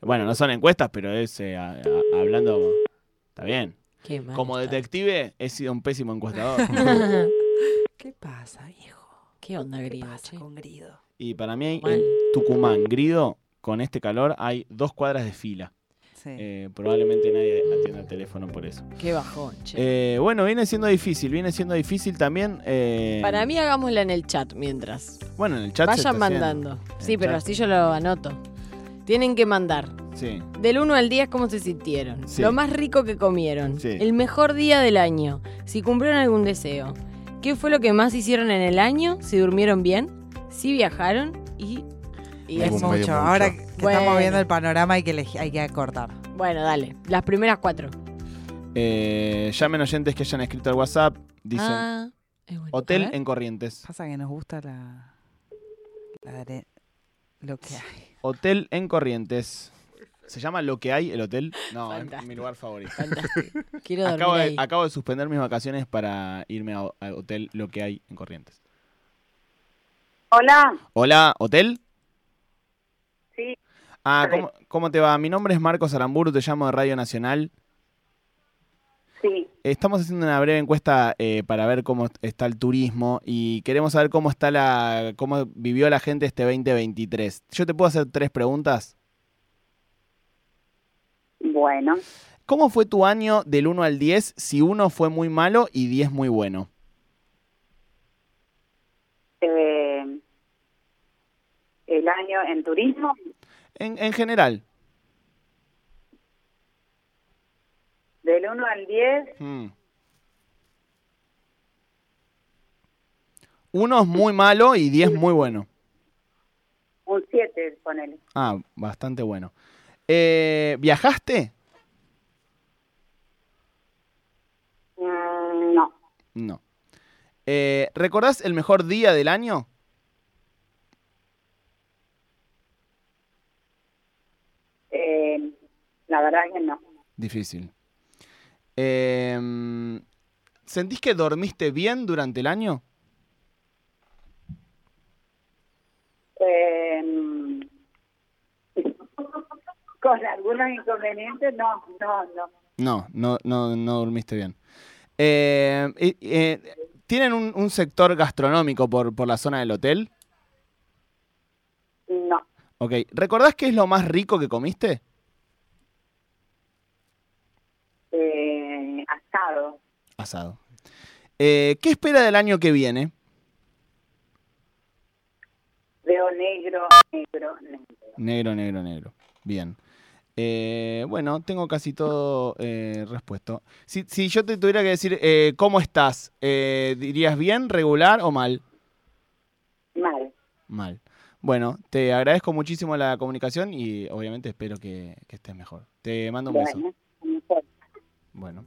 [SPEAKER 1] Bueno, no son encuestas, pero es eh, a- a- hablando... Está bien.
[SPEAKER 3] Qué mal
[SPEAKER 1] Como
[SPEAKER 3] está.
[SPEAKER 1] detective, he sido un pésimo encuestador.
[SPEAKER 2] ¿Qué pasa, viejo?
[SPEAKER 3] ¿Qué onda,
[SPEAKER 2] ¿Qué
[SPEAKER 3] Grillo?
[SPEAKER 2] pasa
[SPEAKER 3] che?
[SPEAKER 2] con Grido?
[SPEAKER 1] y para mí, hay-
[SPEAKER 3] Mal.
[SPEAKER 1] en Tucumán, Grido, con este calor, hay dos cuadras de fila.
[SPEAKER 2] Sí.
[SPEAKER 1] Eh, probablemente nadie atienda el teléfono por eso.
[SPEAKER 3] Qué bajón, che.
[SPEAKER 1] Eh, bueno, viene siendo difícil, viene siendo difícil también. eh,
[SPEAKER 3] Para mí hagámosla en el chat mientras.
[SPEAKER 1] Bueno, en el chat. se está
[SPEAKER 3] Vayan
[SPEAKER 1] haciendo.
[SPEAKER 3] mandando. Sí,
[SPEAKER 1] El
[SPEAKER 3] pero
[SPEAKER 1] chat.
[SPEAKER 3] así yo lo anoto. Tienen que mandar.
[SPEAKER 1] Sí.
[SPEAKER 3] Del 1 al 10, ¿cómo se sintieron?
[SPEAKER 1] Sí.
[SPEAKER 3] Lo más rico que comieron.
[SPEAKER 1] Sí.
[SPEAKER 3] El mejor día del año. Si cumplieron algún deseo. ¿Qué fue lo que más hicieron en el año? Si durmieron bien. Si viajaron. Y. y
[SPEAKER 4] Me
[SPEAKER 2] Es
[SPEAKER 3] eso.
[SPEAKER 4] gusta.
[SPEAKER 2] mucho.
[SPEAKER 4] medio mucho.
[SPEAKER 2] Ahora que
[SPEAKER 3] Bueno.
[SPEAKER 2] estamos viendo el panorama hay que, elegir- hay que acortar.
[SPEAKER 3] Bueno, dale. Las primeras cuatro.
[SPEAKER 1] Eh, llamen oyentes que hayan escrito al WhatsApp. Dicen:
[SPEAKER 3] Ah, es bueno. A
[SPEAKER 1] Hotel
[SPEAKER 3] ver.
[SPEAKER 1] en Corrientes.
[SPEAKER 2] Pasa que nos gusta la... la de- lo que hay.
[SPEAKER 1] Hotel en Corrientes. ¿Se llama Lo que hay el hotel? No, es
[SPEAKER 3] Fantástico.
[SPEAKER 1] mi lugar favorito.
[SPEAKER 3] Fantástico. Quiero dormir
[SPEAKER 1] Acabo de,
[SPEAKER 3] ahí.
[SPEAKER 1] acabo de suspender mis vacaciones para irme a- al hotel Lo que hay en Corrientes.
[SPEAKER 5] Hola.
[SPEAKER 1] Hola, ¿hotel?
[SPEAKER 5] Sí.
[SPEAKER 1] Ah,
[SPEAKER 5] Hola.
[SPEAKER 1] ¿cómo, cómo te va? Mi nombre es Marcos Aramburu, te llamo de Radio Nacional.
[SPEAKER 5] Sí.
[SPEAKER 1] Estamos haciendo una breve encuesta eh, para ver cómo está el turismo y queremos saber cómo está la cómo vivió la gente este 2023. Yo te puedo hacer tres preguntas.
[SPEAKER 5] Bueno.
[SPEAKER 1] ¿Cómo fue tu año del 1 al 10 si uno fue muy malo y 10 muy bueno?
[SPEAKER 5] eh, el año en turismo,
[SPEAKER 1] En, en general.
[SPEAKER 5] del 1 al 10,
[SPEAKER 1] Hmm. Uno es muy malo y 10 muy bueno.
[SPEAKER 5] un 7, ponele.
[SPEAKER 1] Ah, bastante bueno. Eh, ¿Viajaste?
[SPEAKER 5] Mm, no.
[SPEAKER 1] No. Eh, ¿Recordás el mejor día del año?
[SPEAKER 5] Eh, la verdad que no.
[SPEAKER 1] Difícil. Eh, ¿Sentís que dormiste bien durante el año?
[SPEAKER 5] Eh, con algunos inconvenientes, no, no, no.
[SPEAKER 1] No, no, no, no dormiste bien. Eh, eh, eh, ¿Tienen un, un sector gastronómico por, por la zona del hotel?
[SPEAKER 5] No,
[SPEAKER 1] Ok. ¿Recordás qué es lo más rico que comiste?
[SPEAKER 5] eh, asado.
[SPEAKER 1] Asado. Eh, ¿Qué espera del año que viene?
[SPEAKER 5] Veo negro, negro, negro.
[SPEAKER 1] Negro, negro, negro. Bien. Eh, bueno, tengo casi todo eh, respuesto. Si, si yo te tuviera que decir eh, cómo estás, eh, ¿dirías bien, regular o mal?
[SPEAKER 5] Mal.
[SPEAKER 1] Mal. Bueno, te agradezco muchísimo la comunicación y obviamente espero que, que estés mejor. Te mando un beso.
[SPEAKER 5] Bueno, mejor.
[SPEAKER 1] Bueno.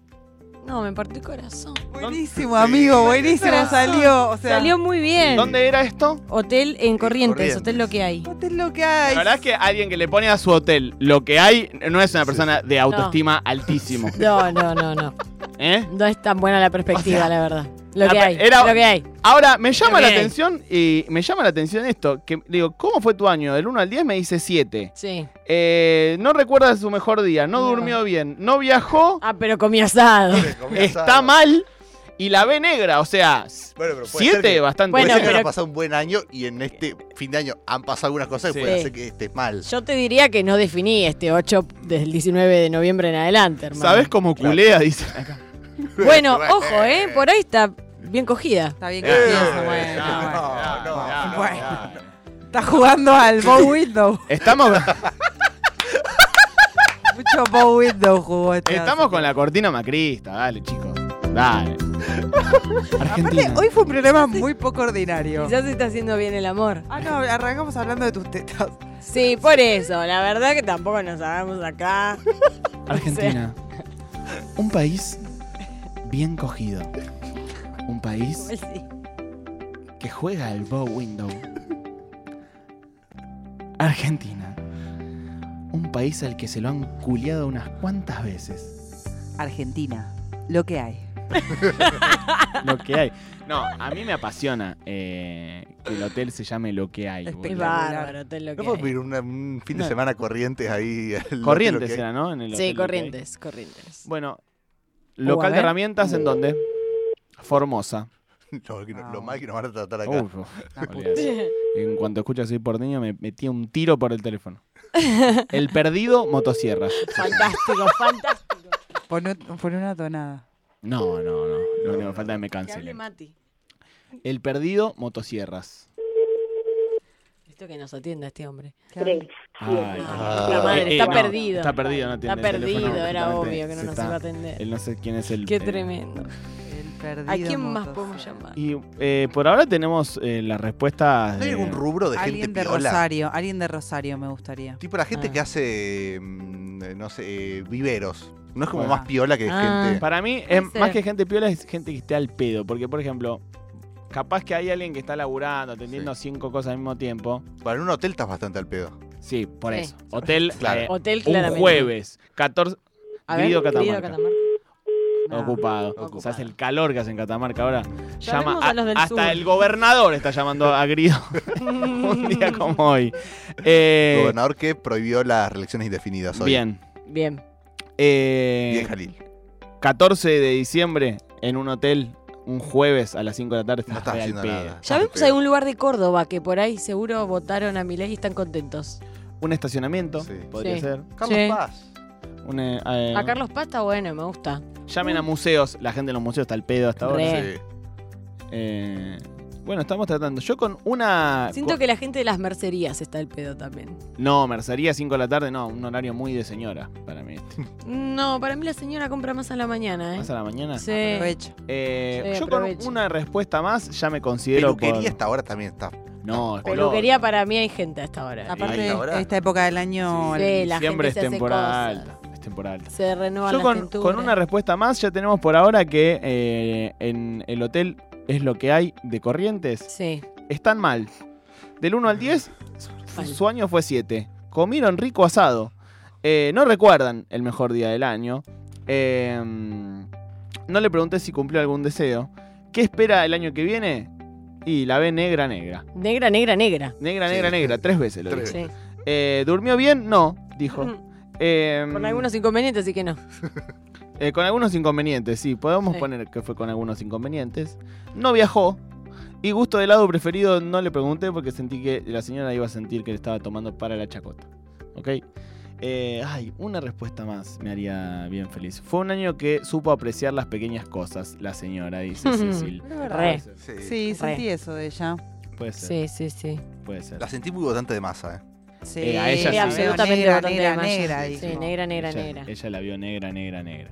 [SPEAKER 3] No, me partió el corazón.
[SPEAKER 2] Buenísimo, amigo, buenísimo
[SPEAKER 3] Corazón.
[SPEAKER 2] salió. O sea,
[SPEAKER 3] Salió muy bien.
[SPEAKER 1] ¿Dónde era esto?
[SPEAKER 3] Hotel en Corrientes,
[SPEAKER 4] Corrientes.
[SPEAKER 3] hotel lo que hay.
[SPEAKER 2] Hotel lo que hay.
[SPEAKER 1] La verdad es que alguien que le pone a su hotel lo que hay no es una
[SPEAKER 4] Sí,
[SPEAKER 1] persona de autoestima altísimo.
[SPEAKER 3] No, no, no, no.
[SPEAKER 1] ¿Eh?
[SPEAKER 3] No es tan buena la perspectiva, la verdad. Lo que
[SPEAKER 1] apa-
[SPEAKER 3] hay.
[SPEAKER 1] era-
[SPEAKER 3] Lo que hay.
[SPEAKER 1] Ahora, me llama la
[SPEAKER 3] Ok.
[SPEAKER 1] atención y me llama la atención esto, que digo, ¿cómo fue tu año? Del 1 al 10 me dice 7.
[SPEAKER 3] Sí.
[SPEAKER 1] Eh, no recuerda su mejor día, no,
[SPEAKER 3] No.
[SPEAKER 1] durmió bien, no viajó,
[SPEAKER 3] Ah, pero comí asado.
[SPEAKER 1] está mal y la ve negra, o sea,
[SPEAKER 4] Bueno, pero puede ser
[SPEAKER 1] 7
[SPEAKER 4] que-
[SPEAKER 1] bastante.
[SPEAKER 4] Puede
[SPEAKER 3] Bueno,
[SPEAKER 4] ser que haya
[SPEAKER 3] pero-
[SPEAKER 4] pasado un buen año y en este fin de año han pasado algunas cosas que
[SPEAKER 1] Sí.
[SPEAKER 4] pueden
[SPEAKER 3] Sí.
[SPEAKER 4] hacer que estés mal.
[SPEAKER 3] Yo te diría que no definí este 8 desde el 19 de noviembre en adelante, hermano.
[SPEAKER 1] ¿Sabes cómo culea? Dice.
[SPEAKER 3] Bueno, ojo, ¿eh? Por ahí está bien cogida.
[SPEAKER 2] Está bien
[SPEAKER 4] Eh,
[SPEAKER 2] que piensa,
[SPEAKER 4] no,
[SPEAKER 2] bueno,
[SPEAKER 4] no,
[SPEAKER 2] bueno.
[SPEAKER 4] no, no, no,
[SPEAKER 2] Bueno.
[SPEAKER 4] no.
[SPEAKER 2] Está jugando al Bow Window.
[SPEAKER 1] Estamos,
[SPEAKER 2] Mucho Bow este Window jugó. este
[SPEAKER 1] estamos
[SPEAKER 2] hace
[SPEAKER 1] con la cortina macrista, dale, chicos. Dale. Argentina.
[SPEAKER 2] Aparte, hoy fue un programa muy poco ordinario.
[SPEAKER 3] Quizás está haciendo bien el amor.
[SPEAKER 2] Ah, no, arrancamos hablando de tus tetas.
[SPEAKER 3] Sí, por eso. La verdad que tampoco nos hagamos acá.
[SPEAKER 1] Argentina. Un país bien cogido. Un país
[SPEAKER 3] Sí.
[SPEAKER 1] que juega al bow window. Argentina. Un país al que se lo han culiado unas cuantas veces.
[SPEAKER 2] Argentina, lo que hay.
[SPEAKER 1] Lo que hay. No, a mí me apasiona eh, que el hotel se llame Lo que hay. boludo.
[SPEAKER 3] Es
[SPEAKER 2] Espectacular.
[SPEAKER 3] bárbaro, te lo
[SPEAKER 4] No
[SPEAKER 3] que
[SPEAKER 4] puedo
[SPEAKER 3] hay.
[SPEAKER 4] pedir una- un fin de
[SPEAKER 1] No.
[SPEAKER 4] semana corrientes ahí. al hotel,
[SPEAKER 1] Corrientes
[SPEAKER 4] ok.
[SPEAKER 1] era, ¿no? En el hotel Lo
[SPEAKER 3] Sí,
[SPEAKER 1] que hay.
[SPEAKER 3] corrientes, corrientes.
[SPEAKER 1] Bueno,
[SPEAKER 3] a
[SPEAKER 1] local de
[SPEAKER 3] ver.
[SPEAKER 1] herramientas en dónde? Formosa.
[SPEAKER 4] Lo, que no-
[SPEAKER 2] Ah.
[SPEAKER 4] lo mal que nos van a tratar acá.
[SPEAKER 1] Uf,
[SPEAKER 2] La puta.
[SPEAKER 1] olvidate. En cuanto escucho así por niño, me metí un tiro por el teléfono. El perdido motosierra.
[SPEAKER 3] Fantástico, fantástico.
[SPEAKER 2] Pon, un- pon una tonada.
[SPEAKER 1] No, no, no. Lo único que falta es que me
[SPEAKER 3] Que hable
[SPEAKER 1] cancelen.
[SPEAKER 3] Mati.
[SPEAKER 1] El perdido motosierras.
[SPEAKER 3] Esto que nos atienda este hombre.
[SPEAKER 5] Tres.
[SPEAKER 1] Ay,
[SPEAKER 4] Ah.
[SPEAKER 3] la madre,
[SPEAKER 1] Eh,
[SPEAKER 3] está
[SPEAKER 1] no,
[SPEAKER 3] perdido.
[SPEAKER 1] Está perdido, no tiene
[SPEAKER 3] Está
[SPEAKER 1] el teléfono,
[SPEAKER 3] perdido, era
[SPEAKER 1] justamente.
[SPEAKER 3] obvio que no
[SPEAKER 1] Se
[SPEAKER 3] nos
[SPEAKER 1] está-
[SPEAKER 3] iba a atender.
[SPEAKER 1] Él no sé quién es el.
[SPEAKER 3] Qué
[SPEAKER 1] eh,
[SPEAKER 3] tremendo.
[SPEAKER 2] El perdido
[SPEAKER 3] ¿A quién más
[SPEAKER 2] motosierra.
[SPEAKER 3] podemos llamar?
[SPEAKER 1] Y eh, por ahora tenemos eh, las respuestas.
[SPEAKER 4] ¿No hay
[SPEAKER 1] de-
[SPEAKER 4] algún rubro de gente
[SPEAKER 2] Alguien de
[SPEAKER 4] piola?
[SPEAKER 2] Rosario, alguien de Rosario me gustaría.
[SPEAKER 4] Tipo la gente
[SPEAKER 3] Ah.
[SPEAKER 4] que hace, mm, no sé, eh, viveros. No es como
[SPEAKER 1] Ah.
[SPEAKER 4] más piola que
[SPEAKER 3] Ah.
[SPEAKER 4] gente.
[SPEAKER 1] Para mí,
[SPEAKER 3] Puede
[SPEAKER 1] es
[SPEAKER 3] ser.
[SPEAKER 1] más que gente piola, es gente que esté al pedo. Porque, por ejemplo, capaz que hay alguien que está laburando, atendiendo cinco cosas al mismo tiempo.
[SPEAKER 4] Para un hotel estás bastante al pedo.
[SPEAKER 1] Sí, por
[SPEAKER 3] Sí.
[SPEAKER 1] eso. Hotel,
[SPEAKER 4] Claro.
[SPEAKER 1] eh,
[SPEAKER 3] Hotel
[SPEAKER 1] un
[SPEAKER 3] claramente.
[SPEAKER 1] jueves, 14.
[SPEAKER 3] A ver,
[SPEAKER 1] Grido
[SPEAKER 3] Grido
[SPEAKER 1] Catamarca.
[SPEAKER 3] Catamarca.
[SPEAKER 2] No.
[SPEAKER 1] Ocupado.
[SPEAKER 3] Ocupado.
[SPEAKER 1] O sea, es el calor que hace en Catamarca ahora. Llama
[SPEAKER 3] Llamemos a los del
[SPEAKER 1] hasta
[SPEAKER 3] sur.
[SPEAKER 1] el gobernador está llamando a Grido un día como hoy. Eh,
[SPEAKER 4] Gobernador que prohibió las reelecciones indefinidas hoy.
[SPEAKER 1] bien.
[SPEAKER 3] Bien.
[SPEAKER 1] Eh,
[SPEAKER 4] Bien, Jalil.
[SPEAKER 1] 14 de diciembre en un hotel, un jueves a las 5 de la tarde.
[SPEAKER 4] No estás
[SPEAKER 1] re al
[SPEAKER 4] haciendo
[SPEAKER 1] pedo.
[SPEAKER 4] nada. Estás al
[SPEAKER 3] Llamemos
[SPEAKER 4] pedo.
[SPEAKER 3] a algún lugar de Córdoba que por ahí seguro votaron a Milei y están contentos.
[SPEAKER 1] Un estacionamiento,
[SPEAKER 4] Sí.
[SPEAKER 1] podría
[SPEAKER 3] Sí.
[SPEAKER 1] ser.
[SPEAKER 4] Carlos
[SPEAKER 3] Sí.
[SPEAKER 4] Paz.
[SPEAKER 1] Un, eh, eh,
[SPEAKER 3] A Carlos Paz está bueno, me gusta.
[SPEAKER 1] Llamen a museos. La gente en los museos está al pedo hasta ahora.
[SPEAKER 3] Re.
[SPEAKER 4] Sí.
[SPEAKER 1] Eh, bueno, estamos tratando. Yo con una.
[SPEAKER 3] Siento que la gente de las mercerías está el pedo también.
[SPEAKER 1] No, mercería 5 de la tarde, no, un horario muy de señora para mí.
[SPEAKER 3] ¿Eh? No, para mí la señora compra más a la mañana, ¿eh?
[SPEAKER 1] ¿Más a la mañana?
[SPEAKER 3] Sí.
[SPEAKER 2] Aprovecho.
[SPEAKER 1] Eh,
[SPEAKER 3] Sí,
[SPEAKER 1] yo con
[SPEAKER 3] aproveche.
[SPEAKER 1] una respuesta más ya me considero.
[SPEAKER 4] Peluquería
[SPEAKER 1] por-
[SPEAKER 4] hasta ahora también está.
[SPEAKER 1] No, es
[SPEAKER 3] Peluquería para mí hay gente hasta ahora.
[SPEAKER 2] Aparte,
[SPEAKER 4] ¿Hasta ahora?
[SPEAKER 2] esta época del año.
[SPEAKER 3] Sí,
[SPEAKER 2] el-
[SPEAKER 3] la
[SPEAKER 1] Siempre es
[SPEAKER 3] gente se hace
[SPEAKER 1] temporada
[SPEAKER 3] cosas.
[SPEAKER 1] alta. Es temporada alta.
[SPEAKER 3] Se renueva
[SPEAKER 1] Yo
[SPEAKER 3] la
[SPEAKER 1] con, con una respuesta más ya tenemos por ahora que eh, en el hotel es lo que hay de corrientes.
[SPEAKER 3] Sí.
[SPEAKER 1] Están mal. Del 1 al 10, su,
[SPEAKER 3] Mal.
[SPEAKER 1] su año fue 7. Comieron rico asado. Eh, no recuerdan el mejor día del año. Eh, no le pregunté si cumplió algún deseo. ¿Qué espera el año que viene? Y la ve negra, negra.
[SPEAKER 3] Negra, negra, negra.
[SPEAKER 1] Negra,
[SPEAKER 4] Sí.
[SPEAKER 1] negra, negra. Tres veces lo
[SPEAKER 4] Tres
[SPEAKER 1] dijo.
[SPEAKER 3] Sí.
[SPEAKER 1] Eh, ¿Durmió bien? No, dijo.
[SPEAKER 3] Mm. Con
[SPEAKER 1] Eh,
[SPEAKER 3] algunos inconvenientes, así que no.
[SPEAKER 1] eh, con algunos inconvenientes, sí. Podemos
[SPEAKER 3] Sí.
[SPEAKER 1] poner que fue con algunos inconvenientes. No viajó. Y gusto de helado preferido no le pregunté porque sentí que la señora iba a sentir que le estaba tomando para la chacota. ¿Ok? Eh, ay, una respuesta más me haría bien feliz. Fue un año que supo apreciar las pequeñas cosas, la señora, dice Cecil.
[SPEAKER 3] Re.
[SPEAKER 4] Sí.
[SPEAKER 2] Sí,
[SPEAKER 3] Re.
[SPEAKER 2] sentí eso de ella.
[SPEAKER 1] Puede ser,
[SPEAKER 3] Sí, sí, sí.
[SPEAKER 1] puede ser.
[SPEAKER 4] La sentí muy votante de masa, ¿eh?
[SPEAKER 2] Sí,
[SPEAKER 1] Eh, a ella sí.
[SPEAKER 3] absolutamente
[SPEAKER 2] Negra,
[SPEAKER 3] botón de
[SPEAKER 2] negra,
[SPEAKER 3] malla.
[SPEAKER 2] negra,
[SPEAKER 3] Sí,
[SPEAKER 2] dijo. Eh.
[SPEAKER 3] negra, negra,
[SPEAKER 1] ella,
[SPEAKER 3] negra.
[SPEAKER 1] ella la vio negra, negra, negra.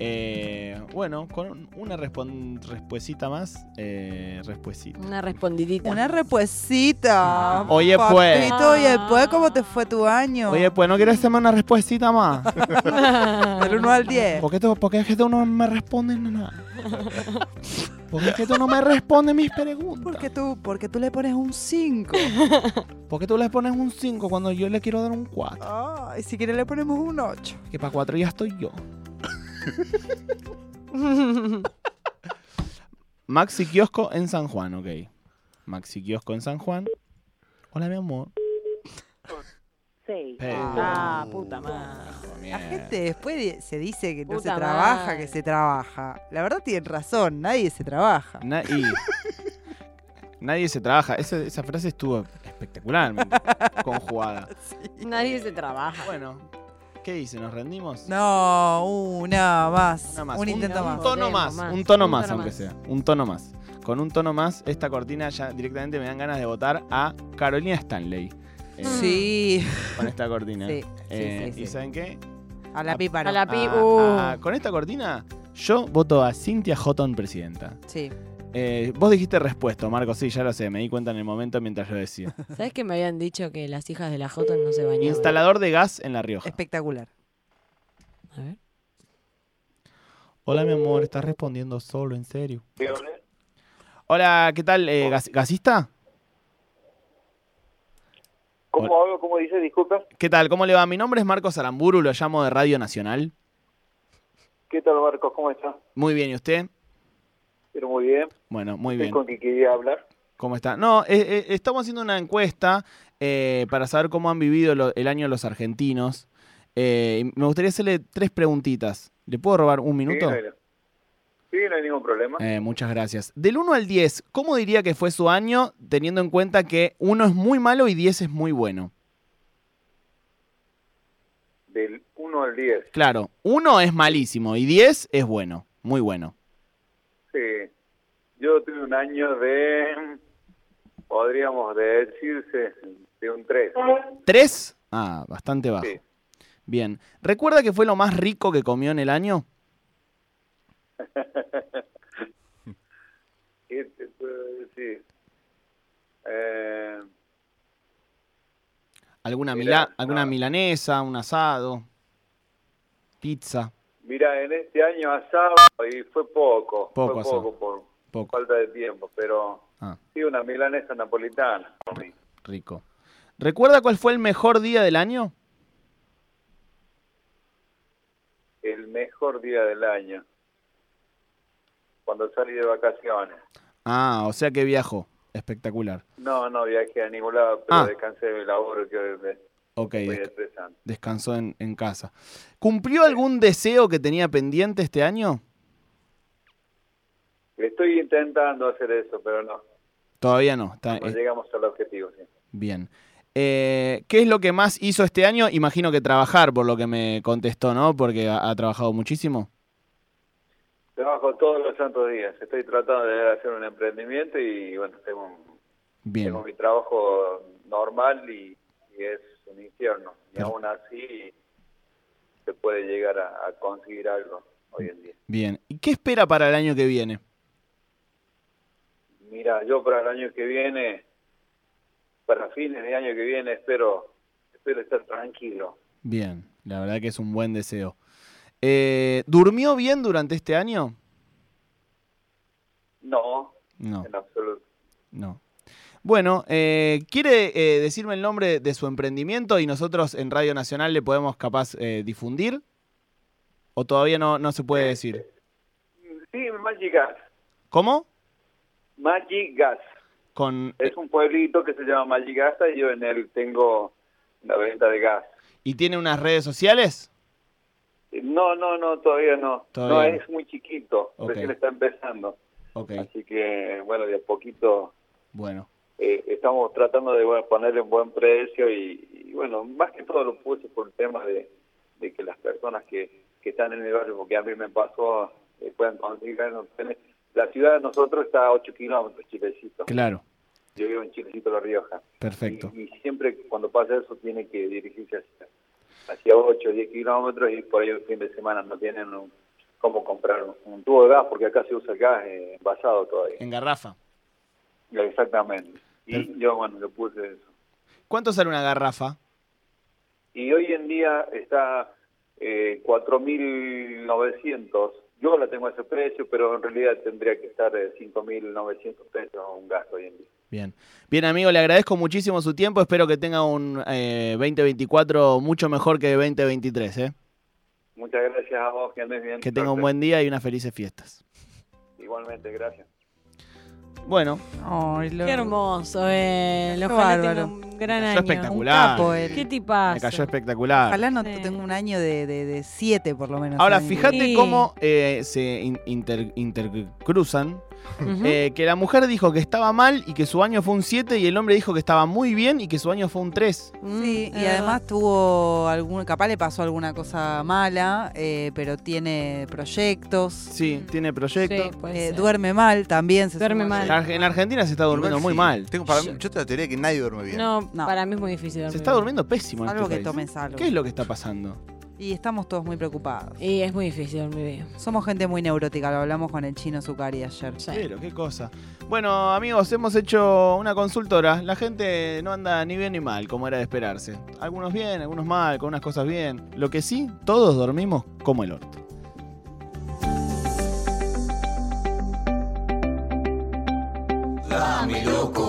[SPEAKER 1] Eh, bueno, con un- una respon- respuesita más. Eh, respuesita.
[SPEAKER 3] Una respondidita.
[SPEAKER 2] Una repuesita.
[SPEAKER 1] Oye, pues.
[SPEAKER 2] Papito, oye, pues,
[SPEAKER 3] Ah.
[SPEAKER 2] ¿cómo te fue tu año?
[SPEAKER 1] Oye, pues, ¿no quieres hacerme una respuestita más?
[SPEAKER 3] pues,
[SPEAKER 2] Del 1 al 10.
[SPEAKER 1] ¿Por qué, tú- por qué es que tú no me respondes nada? ¿Por qué es que tú no me respondes mis preguntas? ¿Por
[SPEAKER 2] Porque
[SPEAKER 1] qué,
[SPEAKER 2] tú, porque tú le pones un 5.
[SPEAKER 1] tú le pones un 5 cuando yo le quiero dar un 4?
[SPEAKER 2] y si quieres le ponemos un 8.
[SPEAKER 1] Que para 4 ya estoy yo. Maxi Kiosco en San Juan, ok. Maxi Kiosco en San Juan. Hola, mi amor.
[SPEAKER 5] Seis.
[SPEAKER 3] ah, puta madre.
[SPEAKER 2] pues, La
[SPEAKER 1] Eh.
[SPEAKER 2] gente después de- se dice que no
[SPEAKER 3] Puta
[SPEAKER 2] se trabaja,
[SPEAKER 3] madre.
[SPEAKER 2] que se trabaja. La verdad tienen razón, nadie se trabaja.
[SPEAKER 1] Na- y- nadie se trabaja. Esa, esa frase estuvo espectacularmente conjugada.
[SPEAKER 3] Nadie se trabaja.
[SPEAKER 1] Bueno, ¿qué dice? ¿Nos rendimos?
[SPEAKER 2] No, una más.
[SPEAKER 1] Una más.
[SPEAKER 2] Un intento
[SPEAKER 3] no.
[SPEAKER 1] Un
[SPEAKER 2] más.
[SPEAKER 1] tono
[SPEAKER 3] Podemos,
[SPEAKER 1] más,
[SPEAKER 3] más.
[SPEAKER 1] un tono
[SPEAKER 3] Un
[SPEAKER 1] más,
[SPEAKER 3] tono
[SPEAKER 1] aunque
[SPEAKER 3] más.
[SPEAKER 1] sea. Un tono más. Con un tono más, esta cortina ya directamente me dan ganas de votar a Carolina Stanley. eh,
[SPEAKER 2] Sí,
[SPEAKER 1] Con esta cortina.
[SPEAKER 2] sí, sí,
[SPEAKER 1] Eh,
[SPEAKER 2] sí,
[SPEAKER 1] ¿Y
[SPEAKER 2] sí.
[SPEAKER 1] saben qué?
[SPEAKER 2] A la píparo.
[SPEAKER 3] A la pi.
[SPEAKER 1] a-
[SPEAKER 3] uh.
[SPEAKER 1] a- con esta cortina, yo voto a Cintia Houghton presidenta.
[SPEAKER 2] Sí.
[SPEAKER 1] Eh, vos dijiste respuesta, Marco, sí, ya lo sé, me di cuenta en el momento mientras lo decía.
[SPEAKER 3] ¿Sabes que me habían dicho que las hijas de la Jotón no se bañaban?
[SPEAKER 1] Instalador de gas en La Rioja.
[SPEAKER 2] Espectacular.
[SPEAKER 3] A ver.
[SPEAKER 1] Hola, mi amor, estás respondiendo solo, en serio. Hola, ¿qué tal? eh, gas- ¿Gasista?
[SPEAKER 6] ¿Cómo hablo? ¿Cómo dice? Disculpa.
[SPEAKER 1] ¿Qué tal? ¿Cómo le va? Mi nombre es Marcos Aramburu, lo llamo de Radio Nacional.
[SPEAKER 6] ¿Qué tal, Marcos? ¿Cómo está?
[SPEAKER 1] Muy bien, ¿y usted?
[SPEAKER 6] Pero muy bien.
[SPEAKER 1] Bueno, muy
[SPEAKER 6] Es
[SPEAKER 1] bien.
[SPEAKER 6] con quien quería hablar.
[SPEAKER 1] ¿Cómo está? No, eh, eh, estamos haciendo una encuesta eh, para saber cómo han vivido lo- el año los argentinos. Eh, y me gustaría hacerle tres preguntitas. ¿Le puedo robar un
[SPEAKER 6] Sí,
[SPEAKER 1] minuto?
[SPEAKER 6] no hay- sí, no hay ningún problema.
[SPEAKER 1] Eh, muchas gracias. Del 1 al 10, ¿cómo diría que fue su año teniendo en cuenta que uno es muy malo y 10 es muy bueno?
[SPEAKER 6] Del 1 al 10.
[SPEAKER 1] Claro, 1 es malísimo y 10 es bueno, muy bueno.
[SPEAKER 6] Sí. Yo tuve un año de, podríamos decirse, de un 3.
[SPEAKER 1] 3, ah, bastante bajo.
[SPEAKER 6] Sí.
[SPEAKER 1] Bien, ¿recuerda que fue lo más rico que comió en el año?
[SPEAKER 6] ¿Qué te puedo decir? Eh,
[SPEAKER 1] ¿Alguna,
[SPEAKER 6] Mirá,
[SPEAKER 1] mila- alguna
[SPEAKER 6] no.
[SPEAKER 1] milanesa, un asado, pizza?
[SPEAKER 6] mira, en este año asado y fue poco.
[SPEAKER 1] Poco
[SPEAKER 6] fue
[SPEAKER 1] asado.
[SPEAKER 6] poco por
[SPEAKER 1] Poco.
[SPEAKER 6] falta de tiempo, pero
[SPEAKER 1] Ah,
[SPEAKER 6] sí, una milanesa napolitana. por mí.
[SPEAKER 1] rico. ¿Recuerda cuál fue el mejor día del año?
[SPEAKER 6] El mejor día del año. Cuando salí de vacaciones.
[SPEAKER 1] Ah, o sea que viajó. Espectacular.
[SPEAKER 6] No, no viajé a ningún lado, pero
[SPEAKER 1] Ah.
[SPEAKER 6] descansé de mi laburo, que es de-
[SPEAKER 1] Ok,
[SPEAKER 6] muy
[SPEAKER 1] desca-
[SPEAKER 6] estresante.
[SPEAKER 1] descansó en, en casa. ¿Cumplió algún deseo que tenía pendiente este año?
[SPEAKER 6] Estoy intentando hacer eso, pero no.
[SPEAKER 1] Todavía no. Está,
[SPEAKER 6] No
[SPEAKER 1] eh,
[SPEAKER 6] llegamos al objetivo. sí.
[SPEAKER 1] bien. Eh, ¿Qué es lo que más hizo este año? Imagino que trabajar, por lo que me contestó, ¿no? Porque ha, ha trabajado muchísimo.
[SPEAKER 6] Trabajo todos los santos días. Estoy tratando de hacer un emprendimiento y bueno, tengo, un-
[SPEAKER 1] Bien.
[SPEAKER 6] tengo mi trabajo normal y, y es un infierno. Y
[SPEAKER 1] Pero-
[SPEAKER 6] aún así se puede llegar a, a conseguir algo hoy en día.
[SPEAKER 1] Bien. ¿Y qué espera para el año que viene?
[SPEAKER 6] Mira, yo para el año que viene, para fines de año que viene, espero, espero estar tranquilo.
[SPEAKER 1] Bien. La verdad que es un buen deseo. Eh, ¿Durmió bien durante este año?
[SPEAKER 6] No,
[SPEAKER 1] No.
[SPEAKER 6] en absoluto.
[SPEAKER 1] No. Bueno, eh, ¿quiere eh, decirme el nombre de su emprendimiento y nosotros en Radio Nacional le podemos capaz eh, difundir? ¿O todavía no, no se puede decir?
[SPEAKER 6] Sí, Magic Gas.
[SPEAKER 1] ¿Cómo?
[SPEAKER 6] Magic Gas.
[SPEAKER 1] Con,
[SPEAKER 6] Es un pueblito que se llama Magic Gas y yo en él tengo la venta de gas.
[SPEAKER 1] ¿Y tiene unas redes sociales?
[SPEAKER 6] No, no, no, todavía no.
[SPEAKER 1] Todavía
[SPEAKER 6] no,
[SPEAKER 1] no.
[SPEAKER 6] es muy chiquito.
[SPEAKER 1] Ok.
[SPEAKER 6] Recién está empezando.
[SPEAKER 1] Ok,
[SPEAKER 6] Así que, bueno, de a poquito
[SPEAKER 1] bueno.
[SPEAKER 6] eh, estamos tratando de bueno, ponerle un buen precio y, y, bueno, más que todo lo puse por el tema de, de que las personas que, que están en el barrio, porque a mí me pasó, eh, puedan conseguir no tener- La ciudad de nosotros está a 8 kilómetros, Chilecito.
[SPEAKER 1] Claro,
[SPEAKER 6] Yo vivo en Chilecito, La Rioja.
[SPEAKER 1] perfecto.
[SPEAKER 6] Y, y siempre cuando pasa eso tiene que dirigirse hacia, hacia 8 o 10 kilómetros y por ahí el fin de semana no tienen un- cómo comprar un, un tubo de gas porque acá se usa el gas eh, envasado todavía.
[SPEAKER 1] En garrafa.
[SPEAKER 6] Exactamente. Y
[SPEAKER 1] Perfecto.
[SPEAKER 6] yo, bueno, le puse eso.
[SPEAKER 1] ¿Cuánto sale una garrafa?
[SPEAKER 6] Y hoy en día está eh, 4.900. Yo la tengo a ese precio, pero en realidad tendría que estar eh, 5.900 pesos un gasto hoy en día.
[SPEAKER 1] Bien. Bien, amigo, le agradezco muchísimo su tiempo. Espero que tenga un eh, 2024 mucho mejor que 2023, ¿eh?
[SPEAKER 6] Muchas gracias a vos, que andes bien.
[SPEAKER 1] Que tenga un
[SPEAKER 6] Suerte.
[SPEAKER 1] buen día y unas felices fiestas.
[SPEAKER 6] Igualmente, gracias.
[SPEAKER 1] Bueno,
[SPEAKER 2] Ay, lo-
[SPEAKER 3] Qué hermoso, eh.
[SPEAKER 2] Qué
[SPEAKER 3] Ojalá
[SPEAKER 2] bárbaro.
[SPEAKER 3] tenga un gran
[SPEAKER 1] Me
[SPEAKER 3] año.
[SPEAKER 1] cayó
[SPEAKER 2] Un
[SPEAKER 1] espectacular.
[SPEAKER 2] capo él.
[SPEAKER 3] Qué tipazo.
[SPEAKER 1] me cayó espectacular.
[SPEAKER 2] Ojalá no
[SPEAKER 3] Sí.
[SPEAKER 2] tenga un año de, de, de siete, por lo menos.
[SPEAKER 1] Ahora,
[SPEAKER 2] el año que
[SPEAKER 1] fíjate
[SPEAKER 3] Sí.
[SPEAKER 1] cómo eh, se in- inter- intercruzan.
[SPEAKER 3] Ujú.
[SPEAKER 1] Eh, que la mujer dijo que estaba mal y que su año fue un 7 y el hombre dijo que estaba muy bien y que su año fue un 3.
[SPEAKER 3] Mm,
[SPEAKER 2] Sí,
[SPEAKER 3] es
[SPEAKER 2] y
[SPEAKER 3] verdad.
[SPEAKER 2] además tuvo algún, capaz le pasó alguna cosa mala, eh, pero tiene proyectos,
[SPEAKER 1] Sí, tiene proyecto.
[SPEAKER 3] Sí, puede
[SPEAKER 2] eh,
[SPEAKER 3] ser.
[SPEAKER 2] duerme mal también. Se
[SPEAKER 3] Duerme
[SPEAKER 2] suma-
[SPEAKER 3] mal.
[SPEAKER 1] En Ar- En Argentina se está durmiendo
[SPEAKER 4] Igual
[SPEAKER 1] muy
[SPEAKER 4] sí.
[SPEAKER 1] mal.
[SPEAKER 4] Tengo para mí- yo tengo la teoría de que nadie duerme bien.
[SPEAKER 3] No,
[SPEAKER 2] No.
[SPEAKER 3] para mí es muy difícil.
[SPEAKER 1] Se
[SPEAKER 3] dormir.
[SPEAKER 1] está durmiendo pésimo en
[SPEAKER 2] Algo
[SPEAKER 1] este
[SPEAKER 2] que
[SPEAKER 1] país.
[SPEAKER 2] tomes algo.
[SPEAKER 1] ¿Qué es lo que está pasando?
[SPEAKER 2] Y estamos todos muy preocupados.
[SPEAKER 3] Y es muy difícil dormir bien.
[SPEAKER 2] Somos gente muy neurótica, lo hablamos con el chino Zucari ayer.
[SPEAKER 3] Sí.
[SPEAKER 1] Pero, qué cosa. Bueno, amigos, hemos hecho una consultora. La gente no anda ni bien ni mal, como era de esperarse. Algunos bien, algunos mal, con unas cosas bien. Lo que sí, todos dormimos como el orto.
[SPEAKER 7] Dame loco.